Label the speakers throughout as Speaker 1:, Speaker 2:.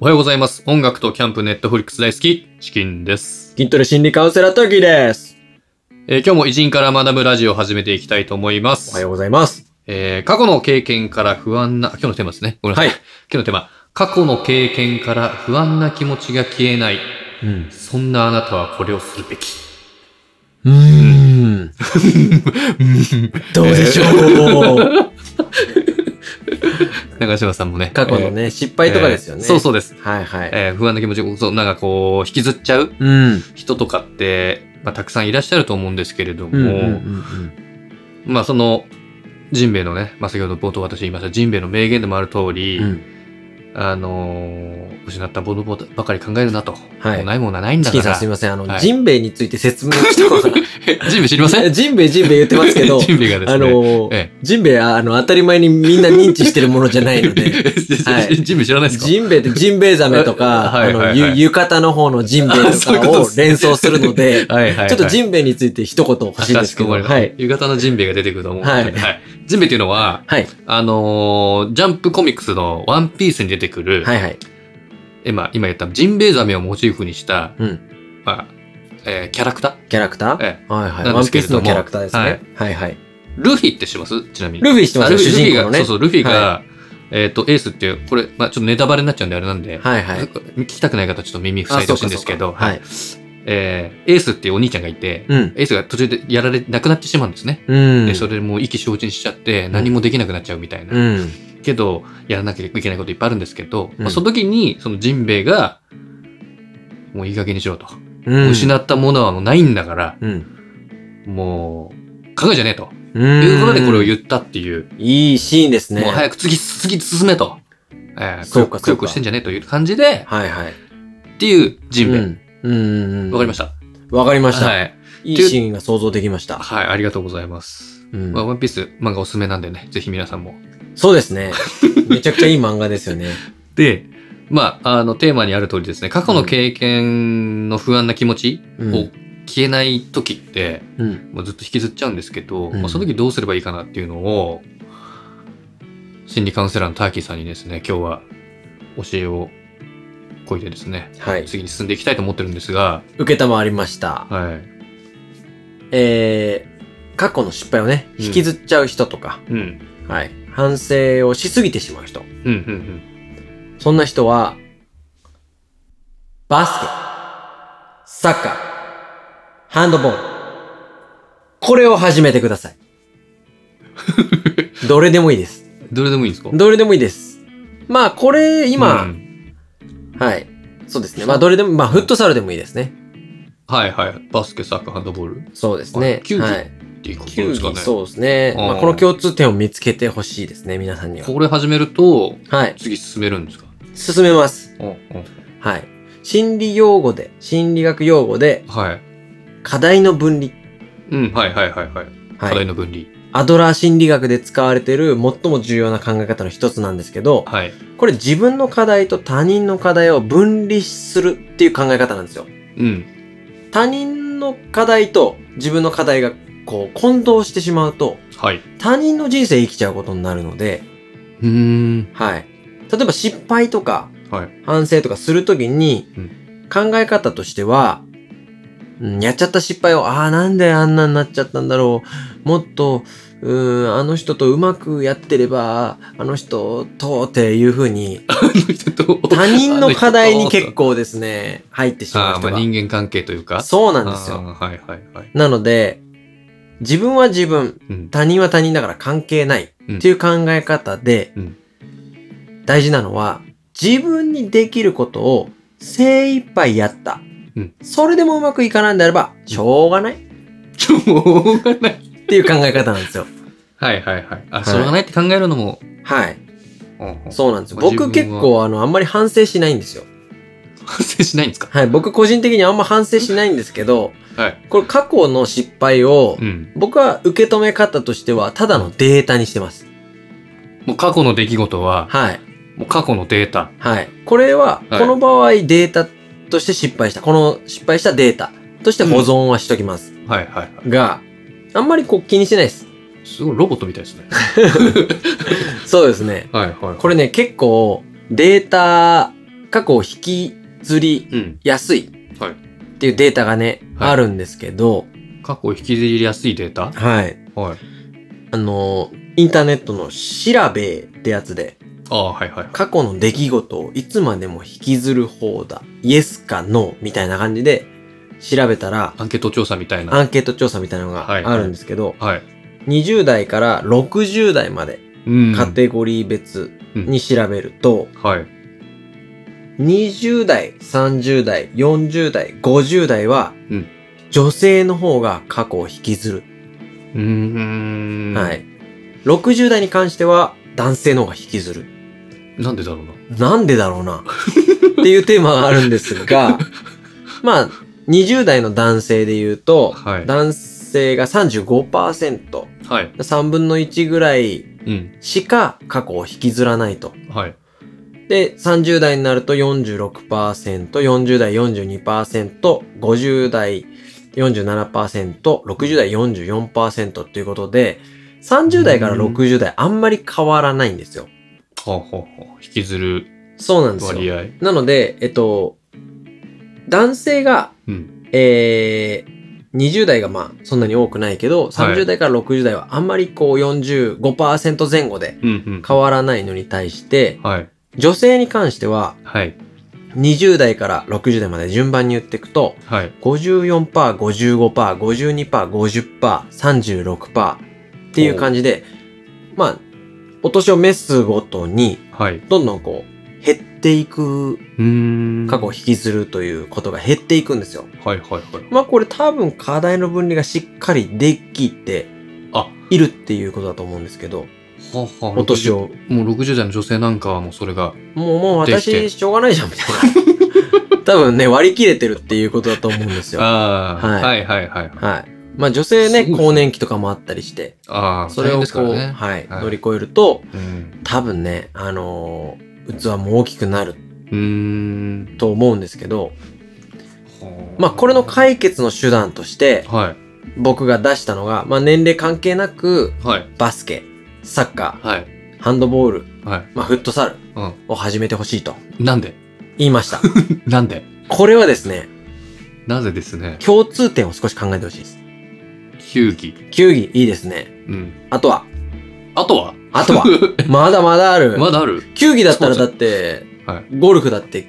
Speaker 1: はようございます。音楽とキャンプ、ネットフリックス大好き、チキンです。
Speaker 2: 筋トレ心理カウンセラートキーです。
Speaker 1: えー今日も偉人から学ぶラジオを始めていきたいと思います。
Speaker 2: おはようございます。
Speaker 1: えー過去の経験から不安な、今日のテーマですね。ごめんなさい。
Speaker 2: はい
Speaker 1: 今日のテーマ。過去の経験から不安な気持ちが消えない。
Speaker 2: うん。
Speaker 1: そんなあなたはこれをするべき。
Speaker 2: うーん。どう でしょう。
Speaker 1: 長島さんもね。
Speaker 2: 過去のね、失敗とかですよね。
Speaker 1: えーそうそうです。
Speaker 2: はいはい。
Speaker 1: えー不安な気持ちを、そう、なんかこう、引きずっちゃう
Speaker 2: うん。
Speaker 1: 人とかって、まあ、たくさんいらっしゃると思うんですけれども、
Speaker 2: うんうんうん
Speaker 1: まあその、ジンベエのね、まあ先ほど冒頭私言いました、ジンベエの名言でもある通り、
Speaker 2: うんうん。
Speaker 1: あのー失ったものばかり考えるなと。
Speaker 2: はい
Speaker 1: もうないもんはないんだ
Speaker 2: チ
Speaker 1: か
Speaker 2: キン
Speaker 1: ら。
Speaker 2: さんすみません。あ
Speaker 1: は
Speaker 2: の、
Speaker 1: い
Speaker 2: ジンベエについて説明した方が
Speaker 1: え ジンベエ知りません
Speaker 2: ジンベエ、ジンベエ言ってますけ ど、
Speaker 1: ジンベエがですね。
Speaker 2: あの
Speaker 1: え、
Speaker 2: ジンベエは、あの、当たり前にみんな認知してるものじゃな いので、はい
Speaker 1: ジンベエ知らないですか
Speaker 2: ジンベエってジンベエザメとか、
Speaker 1: はい
Speaker 2: あ
Speaker 1: はいは
Speaker 2: の、
Speaker 1: い
Speaker 2: ゆ浴衣の方のジンベ
Speaker 1: あ
Speaker 2: エと
Speaker 1: そういう
Speaker 2: か
Speaker 1: ことで
Speaker 2: を
Speaker 1: す
Speaker 2: 連想するので、
Speaker 1: はいはいはい。
Speaker 2: ちょっとジ
Speaker 1: ン
Speaker 2: ンベエについて一言欲しいんですけど、はい。
Speaker 1: 夕方のジンベエが出てくると思うんで
Speaker 2: はい
Speaker 1: ジンベエっていうのは、
Speaker 2: はい。
Speaker 1: あのージャンプコミックスのワンピースに出てくる、
Speaker 2: はいはい。
Speaker 1: えまあ今言ったジンベエザメをモチーフにした、
Speaker 2: うん。
Speaker 1: まあ、えーキャラクター
Speaker 2: キャラクター
Speaker 1: え
Speaker 2: はいはい。
Speaker 1: なん
Speaker 2: ワ
Speaker 1: で
Speaker 2: ン
Speaker 1: すけ
Speaker 2: ピー
Speaker 1: れ
Speaker 2: ス
Speaker 1: ども
Speaker 2: のキャラクターですね。はいはい。
Speaker 1: ルフィって知ってますちなみに。
Speaker 2: ルフィしてます
Speaker 1: あ
Speaker 2: よ、
Speaker 1: ルフィ
Speaker 2: 主人公のね。
Speaker 1: ルフィがそうそう、ルフィが、
Speaker 2: は
Speaker 1: えっ、と、エースっていう、これ、まあちょっとネタバレになっちゃうんであれなんで、
Speaker 2: はいはい。
Speaker 1: 聞きたくない方はちょっと耳
Speaker 2: あ
Speaker 1: 塞いでほしいんですけど、
Speaker 2: そうかそうかはい。
Speaker 1: えーエースっていうお兄ちゃんがいて、
Speaker 2: うん。
Speaker 1: エースが途中でやられ、なくなってしまうんですね。
Speaker 2: うん。
Speaker 1: で、それでもう意気消沈しちゃって、何もできなくなっちゃうみたいな。
Speaker 2: うん。
Speaker 1: けど、やらなきゃいけないこといっぱいあるんですけど、
Speaker 2: うん
Speaker 1: まあ、その時に、そのジンベエが、もういい加減にしろと。
Speaker 2: うん。
Speaker 1: 失ったものはもうないんだから、
Speaker 2: うん。
Speaker 1: もう、考えじゃねえと。
Speaker 2: うん。
Speaker 1: いうことでこれを言ったっていう。
Speaker 2: いいシーンですね。
Speaker 1: もう
Speaker 2: はい
Speaker 1: 早く次、次進めと。えー、
Speaker 2: そうか
Speaker 1: くよくよ
Speaker 2: そうか
Speaker 1: くしてんじゃねえという感じで、
Speaker 2: はい。
Speaker 1: っていう人
Speaker 2: う
Speaker 1: 名。わ、
Speaker 2: ん。うん。。
Speaker 1: かりましたた。
Speaker 2: わかりました。
Speaker 1: はい。
Speaker 2: いいシーンが想像できました。
Speaker 1: はい、ありがとうございます。
Speaker 2: うん
Speaker 1: まあ、ワンピース漫画おすすめなんでね、ぜひ皆さんも。
Speaker 2: そうですね。めちゃくちゃいい漫画です よね。
Speaker 1: で、まあ、あの、テーマにある通りですね、過去の経験の不安な気持ち
Speaker 2: う
Speaker 1: を
Speaker 2: ん。
Speaker 1: 消えない時って、
Speaker 2: うん。
Speaker 1: もうずっと引きずっちゃうんですけど、
Speaker 2: うん
Speaker 1: まあ、その時どうすればいいかなっていうのを、心理カウンセラーのターキーさんにですね、今日は教えをこいてですね、
Speaker 2: はい。
Speaker 1: 次に進んでいきたいと思ってるんですが、
Speaker 2: 受けたまわりました。
Speaker 1: はい。
Speaker 2: えー、過去の失敗をね、
Speaker 1: うん
Speaker 2: 引きずっちゃう人とか、
Speaker 1: うん。
Speaker 2: はい。反省をしすぎてしまう人。
Speaker 1: うん、うん、
Speaker 2: そんな人は、バスケ、サッカー、ハンドボール。これを始めてくだ さい。どれでもいいです。
Speaker 1: うん。どれでもいいんですか
Speaker 2: どれでもいいです。まあ、これ、今、
Speaker 1: うん
Speaker 2: はい。そうですね。まあ、どれでも、まあ、フットサルでもいいですね。
Speaker 1: はいはい。バスケ、サッカー、ハンドボール
Speaker 2: そうです
Speaker 1: は
Speaker 2: ね
Speaker 1: い。球技
Speaker 2: はい。
Speaker 1: っていうこと
Speaker 2: 球
Speaker 1: ですか
Speaker 2: 技、
Speaker 1: ね。
Speaker 2: そうですね。
Speaker 1: うん
Speaker 2: まあ、この共通点を見つけてほしいですね、皆さんには。
Speaker 1: これ始めると、
Speaker 2: はい。
Speaker 1: 次進めるんですか
Speaker 2: 進めます。
Speaker 1: うん、うん。
Speaker 2: はい。心理用語で、心理学用語で、
Speaker 1: はい。
Speaker 2: 課題の分離。
Speaker 1: うん、はいはいはいはい。課
Speaker 2: は
Speaker 1: 題
Speaker 2: い。
Speaker 1: の分離。
Speaker 2: アドラー心理学で使われている最も重要な考え方の一つなんですけど、
Speaker 1: はい。
Speaker 2: これ自分の課題と他人の課題を分離するっていう考え方なんですよ。
Speaker 1: うん。
Speaker 2: 他人の課題と自分の課題がこう混同してしまうと、
Speaker 1: はい。
Speaker 2: 他人の人生生きちゃうことになるので、
Speaker 1: うーん。
Speaker 2: はい。例えば失敗とか
Speaker 1: はい。
Speaker 2: 反省とかするときに
Speaker 1: う、
Speaker 2: 考え方としては、うんやっちゃった失敗を、ああ、なんであんなになっちゃったんだろう。もっと、うーん、あの人とうまくやってれば、あの人と、っていうふうに、
Speaker 1: あ の人と
Speaker 2: 他人の課題に結
Speaker 1: 構。
Speaker 2: 構ですね、入ってしま
Speaker 1: あ
Speaker 2: う
Speaker 1: ーま
Speaker 2: 人
Speaker 1: あ
Speaker 2: が。
Speaker 1: 人間関係というか。
Speaker 2: そうなんですよ。
Speaker 1: あーはいはいはい。
Speaker 2: なので、自分は自分、
Speaker 1: うん。
Speaker 2: 他人は他人だから関係ないっていう考え方で、
Speaker 1: うん
Speaker 2: 大事なのは自分にできることを精一杯やった、
Speaker 1: うん
Speaker 2: それでもうまくいかないんであればしょうがないっ
Speaker 1: しょ うがない。
Speaker 2: ていう考え方なん ですよ
Speaker 1: はいはいはい。あ、
Speaker 2: い
Speaker 1: しょうがないって考えるのも。
Speaker 2: はい
Speaker 1: うんうん
Speaker 2: そうなんですよ
Speaker 1: まあ自分は
Speaker 2: 僕結構あのあんまり反省しないんですよ
Speaker 1: 反省しないんですか
Speaker 2: はい僕個人的にあんま反省しないんですけど
Speaker 1: はい。
Speaker 2: これ過去の失敗を
Speaker 1: うん。
Speaker 2: 僕は受け止め方としてはただのデータにしてます
Speaker 1: もう過去の出来事は、
Speaker 2: はい
Speaker 1: もう過去のデータ。
Speaker 2: はい。これは、
Speaker 1: はい
Speaker 2: この場合データとして失敗した。この失敗したデータとして保存はしときます。
Speaker 1: はいはいは
Speaker 2: が、あんまりこう気にしないです。
Speaker 1: い。すごいロボットみたいですね。
Speaker 2: そうですね。
Speaker 1: はいはい。
Speaker 2: これね、結構データ過去を引きずり
Speaker 1: うん。
Speaker 2: やすい
Speaker 1: はい
Speaker 2: っていうデータがね、
Speaker 1: はい
Speaker 2: あるんですけど、
Speaker 1: 過去を引きずりやすいデータ
Speaker 2: はい。
Speaker 1: はい。
Speaker 2: あの、インターネットの調べってやつで、
Speaker 1: ああ、はいはい。
Speaker 2: 過去の出来事をいつまでも引きずる方だ。イエスかノーみたいな感じで調べたら、
Speaker 1: アンケート調査みたい
Speaker 2: ア
Speaker 1: な。
Speaker 2: ンケート調査みたいなのが
Speaker 1: はい
Speaker 2: あるんですけど、
Speaker 1: はい。
Speaker 2: 20代から60代まで
Speaker 1: うん
Speaker 2: カテゴリー別に調べると、
Speaker 1: はい。
Speaker 2: 20代、30代、40代、50代は
Speaker 1: うん、
Speaker 2: 女性の方が過去を引きずる。
Speaker 1: うーん。
Speaker 2: はい。。60代に関しては男性の方が引きずる。
Speaker 1: なんでだろうな。
Speaker 2: なんでだろ うなっていうテーマがあるんですが、まあ、20代の男性で言うと、
Speaker 1: はい
Speaker 2: 男性が35%、
Speaker 1: はい。
Speaker 2: 3分の1ぐらい
Speaker 1: うん。
Speaker 2: しか過去を引きずらないと。
Speaker 1: はい。
Speaker 2: で、30代になると46%、40代42%、50代47%、60代44%ということで、30代から60代あんまり変わらないんですよ。
Speaker 1: はあ、はあはあ、引きずる
Speaker 2: そうなんですよ。
Speaker 1: 割合。
Speaker 2: なので、えっと、男性が、
Speaker 1: うん。
Speaker 2: えー、20代がまあそんなに多くないけど、
Speaker 1: はい
Speaker 2: 30代から60代はあんまりこう45%前後で
Speaker 1: うんうん。
Speaker 2: 変わらないのに対して、
Speaker 1: はい。
Speaker 2: 女性に関しては
Speaker 1: はい。
Speaker 2: 20代から60代まで順番に言っていくと、
Speaker 1: はい。
Speaker 2: 54%、55%、52%、50%、36%っていう感じで、まあ、お年を召すごとに、
Speaker 1: はい。
Speaker 2: どんどんこう、減っていく
Speaker 1: うーん。
Speaker 2: 過去を引きずるということが減っていくんですよ。
Speaker 1: はいはいはい。
Speaker 2: まあこれ多分課題の分離がしっかりできて
Speaker 1: あ
Speaker 2: いるっていうことだと思うんですけど、
Speaker 1: はあはあ
Speaker 2: お年を。
Speaker 1: もう60代の女性なんかはもうそれが。
Speaker 2: もうもう
Speaker 1: できて
Speaker 2: 私しょうがないじゃんみた いな。多分ね、割り切れてるっていうことだと思うんですよ。は
Speaker 1: ああ、
Speaker 2: は
Speaker 1: はいはいはい。
Speaker 2: い。まあ女性
Speaker 1: すごい
Speaker 2: ね、
Speaker 1: ですね
Speaker 2: 更年期とかもあったりして、
Speaker 1: ああ、
Speaker 2: それ
Speaker 1: 大変
Speaker 2: を
Speaker 1: ですか
Speaker 2: こ
Speaker 1: ら
Speaker 2: う、
Speaker 1: ね。
Speaker 2: はい、
Speaker 1: はい
Speaker 2: 乗り越えると、
Speaker 1: うん。
Speaker 2: 多分ね、あのー器も大きくなる
Speaker 1: うーん。
Speaker 2: と思うんですけど、
Speaker 1: は
Speaker 2: まあこれの解決の手段として、
Speaker 1: は
Speaker 2: 僕が出したのが、まあ年齢関係なく、
Speaker 1: い。はい。
Speaker 2: バスケ、サッカ
Speaker 1: はい。
Speaker 2: ー、ハンドボール、
Speaker 1: は
Speaker 2: まあ、フットサル
Speaker 1: うん
Speaker 2: を始めてほしいと
Speaker 1: い。なんで
Speaker 2: 言いました。
Speaker 1: なんで
Speaker 2: これはですね、
Speaker 1: なぜですね。
Speaker 2: 共通点を少し考えてほしいです。
Speaker 1: 球技。
Speaker 2: 球技いいですね。
Speaker 1: うん。
Speaker 2: あとは、
Speaker 1: あとは
Speaker 2: あとは まだまだある。
Speaker 1: まだある
Speaker 2: 球技だったらだって、
Speaker 1: は
Speaker 2: ゴルフだって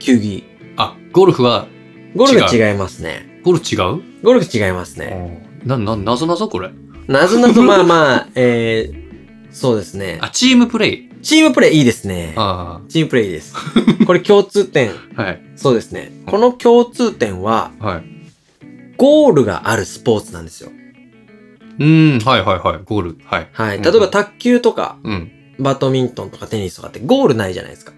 Speaker 2: 球技。
Speaker 1: あ、ゴルフは、
Speaker 2: ゴルフ違いますね。
Speaker 1: ゴルフ違う
Speaker 2: ゴルフ違いますね。
Speaker 1: な、な、なぞなぞこれ。
Speaker 2: なぞ なぞまあまあ、えー、そうですね。
Speaker 1: あ、チームプレイ。
Speaker 2: チームプレイいいですね。
Speaker 1: あ
Speaker 2: チームプレイい いです。これ共通点。
Speaker 1: あ、はい。
Speaker 2: そうですね。この共通点は、
Speaker 1: はい。
Speaker 2: ゴールがあるスポーツなんですよ。
Speaker 1: うん、はいはいはい。ゴルフ。はい。
Speaker 2: はい。
Speaker 1: うん
Speaker 2: 例えば卓球とか、
Speaker 1: うん。
Speaker 2: バドミントンとかテニスとかってゴールないじゃないですか。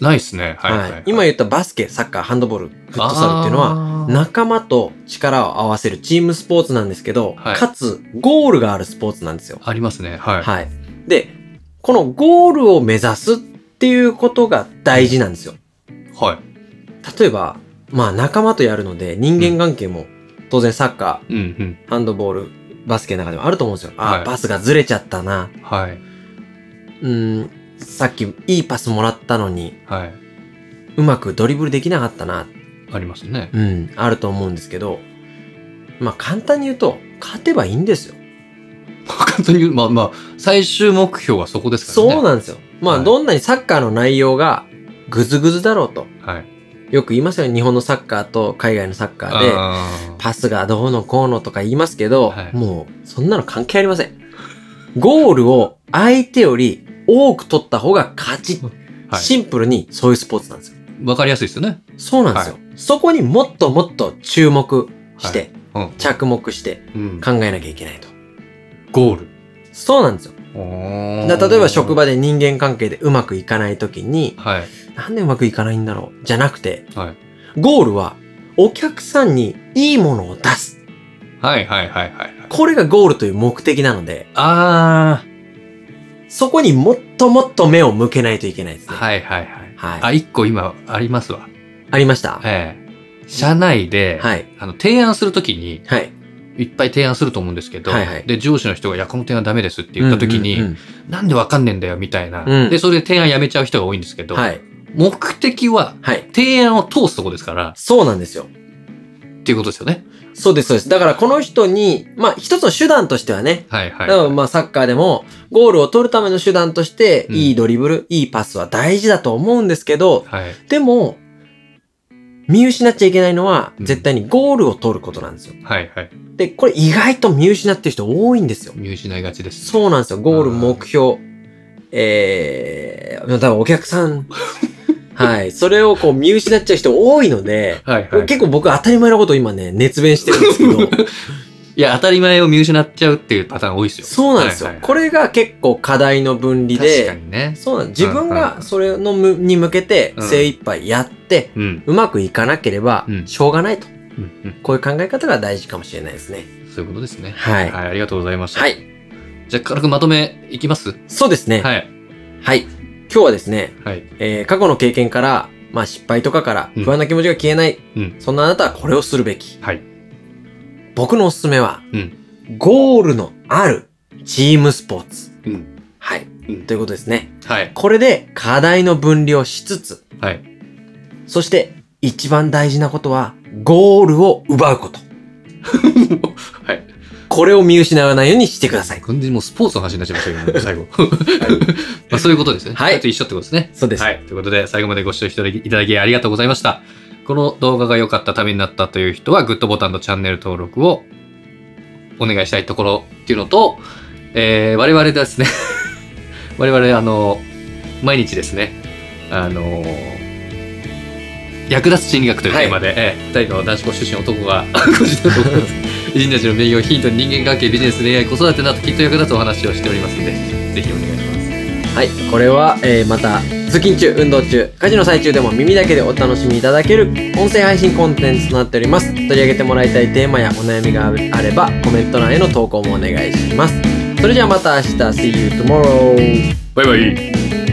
Speaker 1: ないっすね。はいはい。
Speaker 2: 今
Speaker 1: フ
Speaker 2: 言ったバスケ、サッカー、ハンドボール、フットサルっていうのは、
Speaker 1: は
Speaker 2: 仲間と力を合わせるチームスポーツなんですけど、
Speaker 1: はい
Speaker 2: かつ、ゴールがあるスポーツなんですよ。
Speaker 1: ありますね。はい。
Speaker 2: はい。で、このゴールを目指すっていうことが大事なんですよ。
Speaker 1: は
Speaker 2: 例えば、まあ仲間とやるので、人間関係も、当然サッカ
Speaker 1: い。うん
Speaker 2: ー、ハンドボール、バスケの中でもあると思うんですよ。あ、
Speaker 1: はい
Speaker 2: パスがずれちゃったな
Speaker 1: う。ん。はい。
Speaker 2: うん、さっきいいパスもらったのに、
Speaker 1: はい。
Speaker 2: うまくドリブルできなかったな、
Speaker 1: ありますね。
Speaker 2: うん、あると思うんですけど、まあ簡単に言うと、勝てばいいんですよ。
Speaker 1: 簡単に言う、まあまあ、最終目標はそこですからね。
Speaker 2: そうなんですよ。まあ
Speaker 1: はい
Speaker 2: どんなにサッカーの内容がぐずぐずだろうと。
Speaker 1: はい。
Speaker 2: よく言いますよね。日本のサッカーと海外のサッカーで、
Speaker 1: あ
Speaker 2: パスがどうのこうのとか言いますけど、
Speaker 1: はい
Speaker 2: もうそんなの関係ありません。ゴールを相手より多く取った方が勝ち。
Speaker 1: ーは
Speaker 2: シンプルにそういうスポーツなんですよ。
Speaker 1: い。わかりやすいですよね。
Speaker 2: そうなんですよ。そこにもっともっと注目して、
Speaker 1: はいうん
Speaker 2: 着目して
Speaker 1: うん。
Speaker 2: 考えなきゃいけないと。
Speaker 1: ゴール。
Speaker 2: そうなんですよ。だ
Speaker 1: だ
Speaker 2: 例えば職場で人間関係でうまくいかないときに、
Speaker 1: はい。
Speaker 2: なんでうまくいかないんだろうじゃなくて、
Speaker 1: はい。
Speaker 2: ゴールはお客さんにいいものを出す。
Speaker 1: はいはいはいはい。
Speaker 2: これがゴールという目的なので、
Speaker 1: あ
Speaker 2: そこにもっともっと目を向けないといけないです
Speaker 1: あ、
Speaker 2: ね。
Speaker 1: はいはいはい。
Speaker 2: はい。
Speaker 1: あ、一個今ありますわ。
Speaker 2: ありましたはい。
Speaker 1: ええ。社内で、
Speaker 2: はい。
Speaker 1: あの、提案するときに、
Speaker 2: はい。
Speaker 1: いっぱい提案すると思うんですけど、
Speaker 2: はいはい
Speaker 1: で、上司の人が、いや、この提案ダメですって言ったときに、
Speaker 2: うんうん
Speaker 1: なんでわかんねえんだよ、みたいな、
Speaker 2: うん
Speaker 1: で、それで提案やめちゃう人が多いんですけ
Speaker 2: う
Speaker 1: ど、
Speaker 2: んはい。
Speaker 1: 目的は
Speaker 2: はい。
Speaker 1: 提案を通すとこですから、
Speaker 2: そうなんですよ。
Speaker 1: っていうことですよね。
Speaker 2: そうです、そうです。だからこの人に、まあ一つの手段としてはね、
Speaker 1: はいはい。
Speaker 2: だからまあサッカーでも、ゴールを取るための手段として、
Speaker 1: うん
Speaker 2: いいドリブル、いいパスは大事だと思うんですけど、
Speaker 1: はい。
Speaker 2: でも、見失っちゃいけないのは、
Speaker 1: うん
Speaker 2: 絶対にゴールを取ることなんですよ。
Speaker 1: はいはい。
Speaker 2: で、これ意外と見失ってる人多いんですよ。
Speaker 1: 見失いがちです。
Speaker 2: そうなんですよ。ゴール、
Speaker 1: うん
Speaker 2: 目標。えー、多分お客さん。 はい。それをこう見失っちゃう人多いので、
Speaker 1: はいはい。
Speaker 2: 結構僕当たり前のことを今ね、熱弁してるんですけど、
Speaker 1: いや、当たり前を見失っちゃうっていうパターン多いですよ。
Speaker 2: そうなんですよ
Speaker 1: はい。はい
Speaker 2: これが結構課題の分離
Speaker 1: 確か
Speaker 2: で、
Speaker 1: にね。
Speaker 2: そうなん自分
Speaker 1: はいはい
Speaker 2: がそれのむに向けて
Speaker 1: うん
Speaker 2: 精一杯やって、
Speaker 1: うん。
Speaker 2: うまくいかなければ
Speaker 1: う、ん
Speaker 2: しょうがないと。
Speaker 1: うん
Speaker 2: こういう考え方が大事かもしれないですね。
Speaker 1: うん。そういうことですね。
Speaker 2: はい。
Speaker 1: はい、ありがとうございました。
Speaker 2: はい。
Speaker 1: じゃあ、軽くまとめいきます
Speaker 2: そうですね。
Speaker 1: はい。
Speaker 2: はい。今日はですね、
Speaker 1: はい。
Speaker 2: えー過去の経験から、まあ、失敗とかから
Speaker 1: うん
Speaker 2: 不安な気持ちが消えない、
Speaker 1: うん
Speaker 2: そんなあなたはこれをするべき
Speaker 1: はい。
Speaker 2: 僕のおすすめは、
Speaker 1: うん。
Speaker 2: ゴールのあるチームスポーツ、
Speaker 1: うん。
Speaker 2: はい、
Speaker 1: うん
Speaker 2: ということですね
Speaker 1: はい。
Speaker 2: これで課題の分離をしつつ
Speaker 1: はい。
Speaker 2: そして一番大事なことはゴールを奪うこと
Speaker 1: はい。
Speaker 2: これを見失わないようにしてください
Speaker 1: 完全にもうスポーツの話になっちゃいましたけど、最後。 まあ、そういうことですね。
Speaker 2: はい
Speaker 1: それと一緒ってことですね。
Speaker 2: そうです、
Speaker 1: はい。ということで、最後までご視聴いただきありがとうございました。この動画が良かった、ためになったという人は、グッドボタンとチャンネル登録をお願いしたいところっていうのと、えー、我々ですね、 我々、あの、毎日ですね、あの、役立つ心理学というテーマで、えー二人の男子校出身男が、 個人の男が偉人たちの名誉をヒントに人間関係、ビジネス、恋愛、子育てなどきっと役立つお話をしておりますので、ぜひお願いします。
Speaker 2: はい、これは、えーまた通勤中運動中家事の最中でも耳だけでお楽しみいただける音声配信コンテンツとなっております取り上げてもらいたいテーマやお悩みがあるあればコメント欄への投稿もお願いしますそれじゃあまた明日 See you tomorrow!
Speaker 1: バイバイ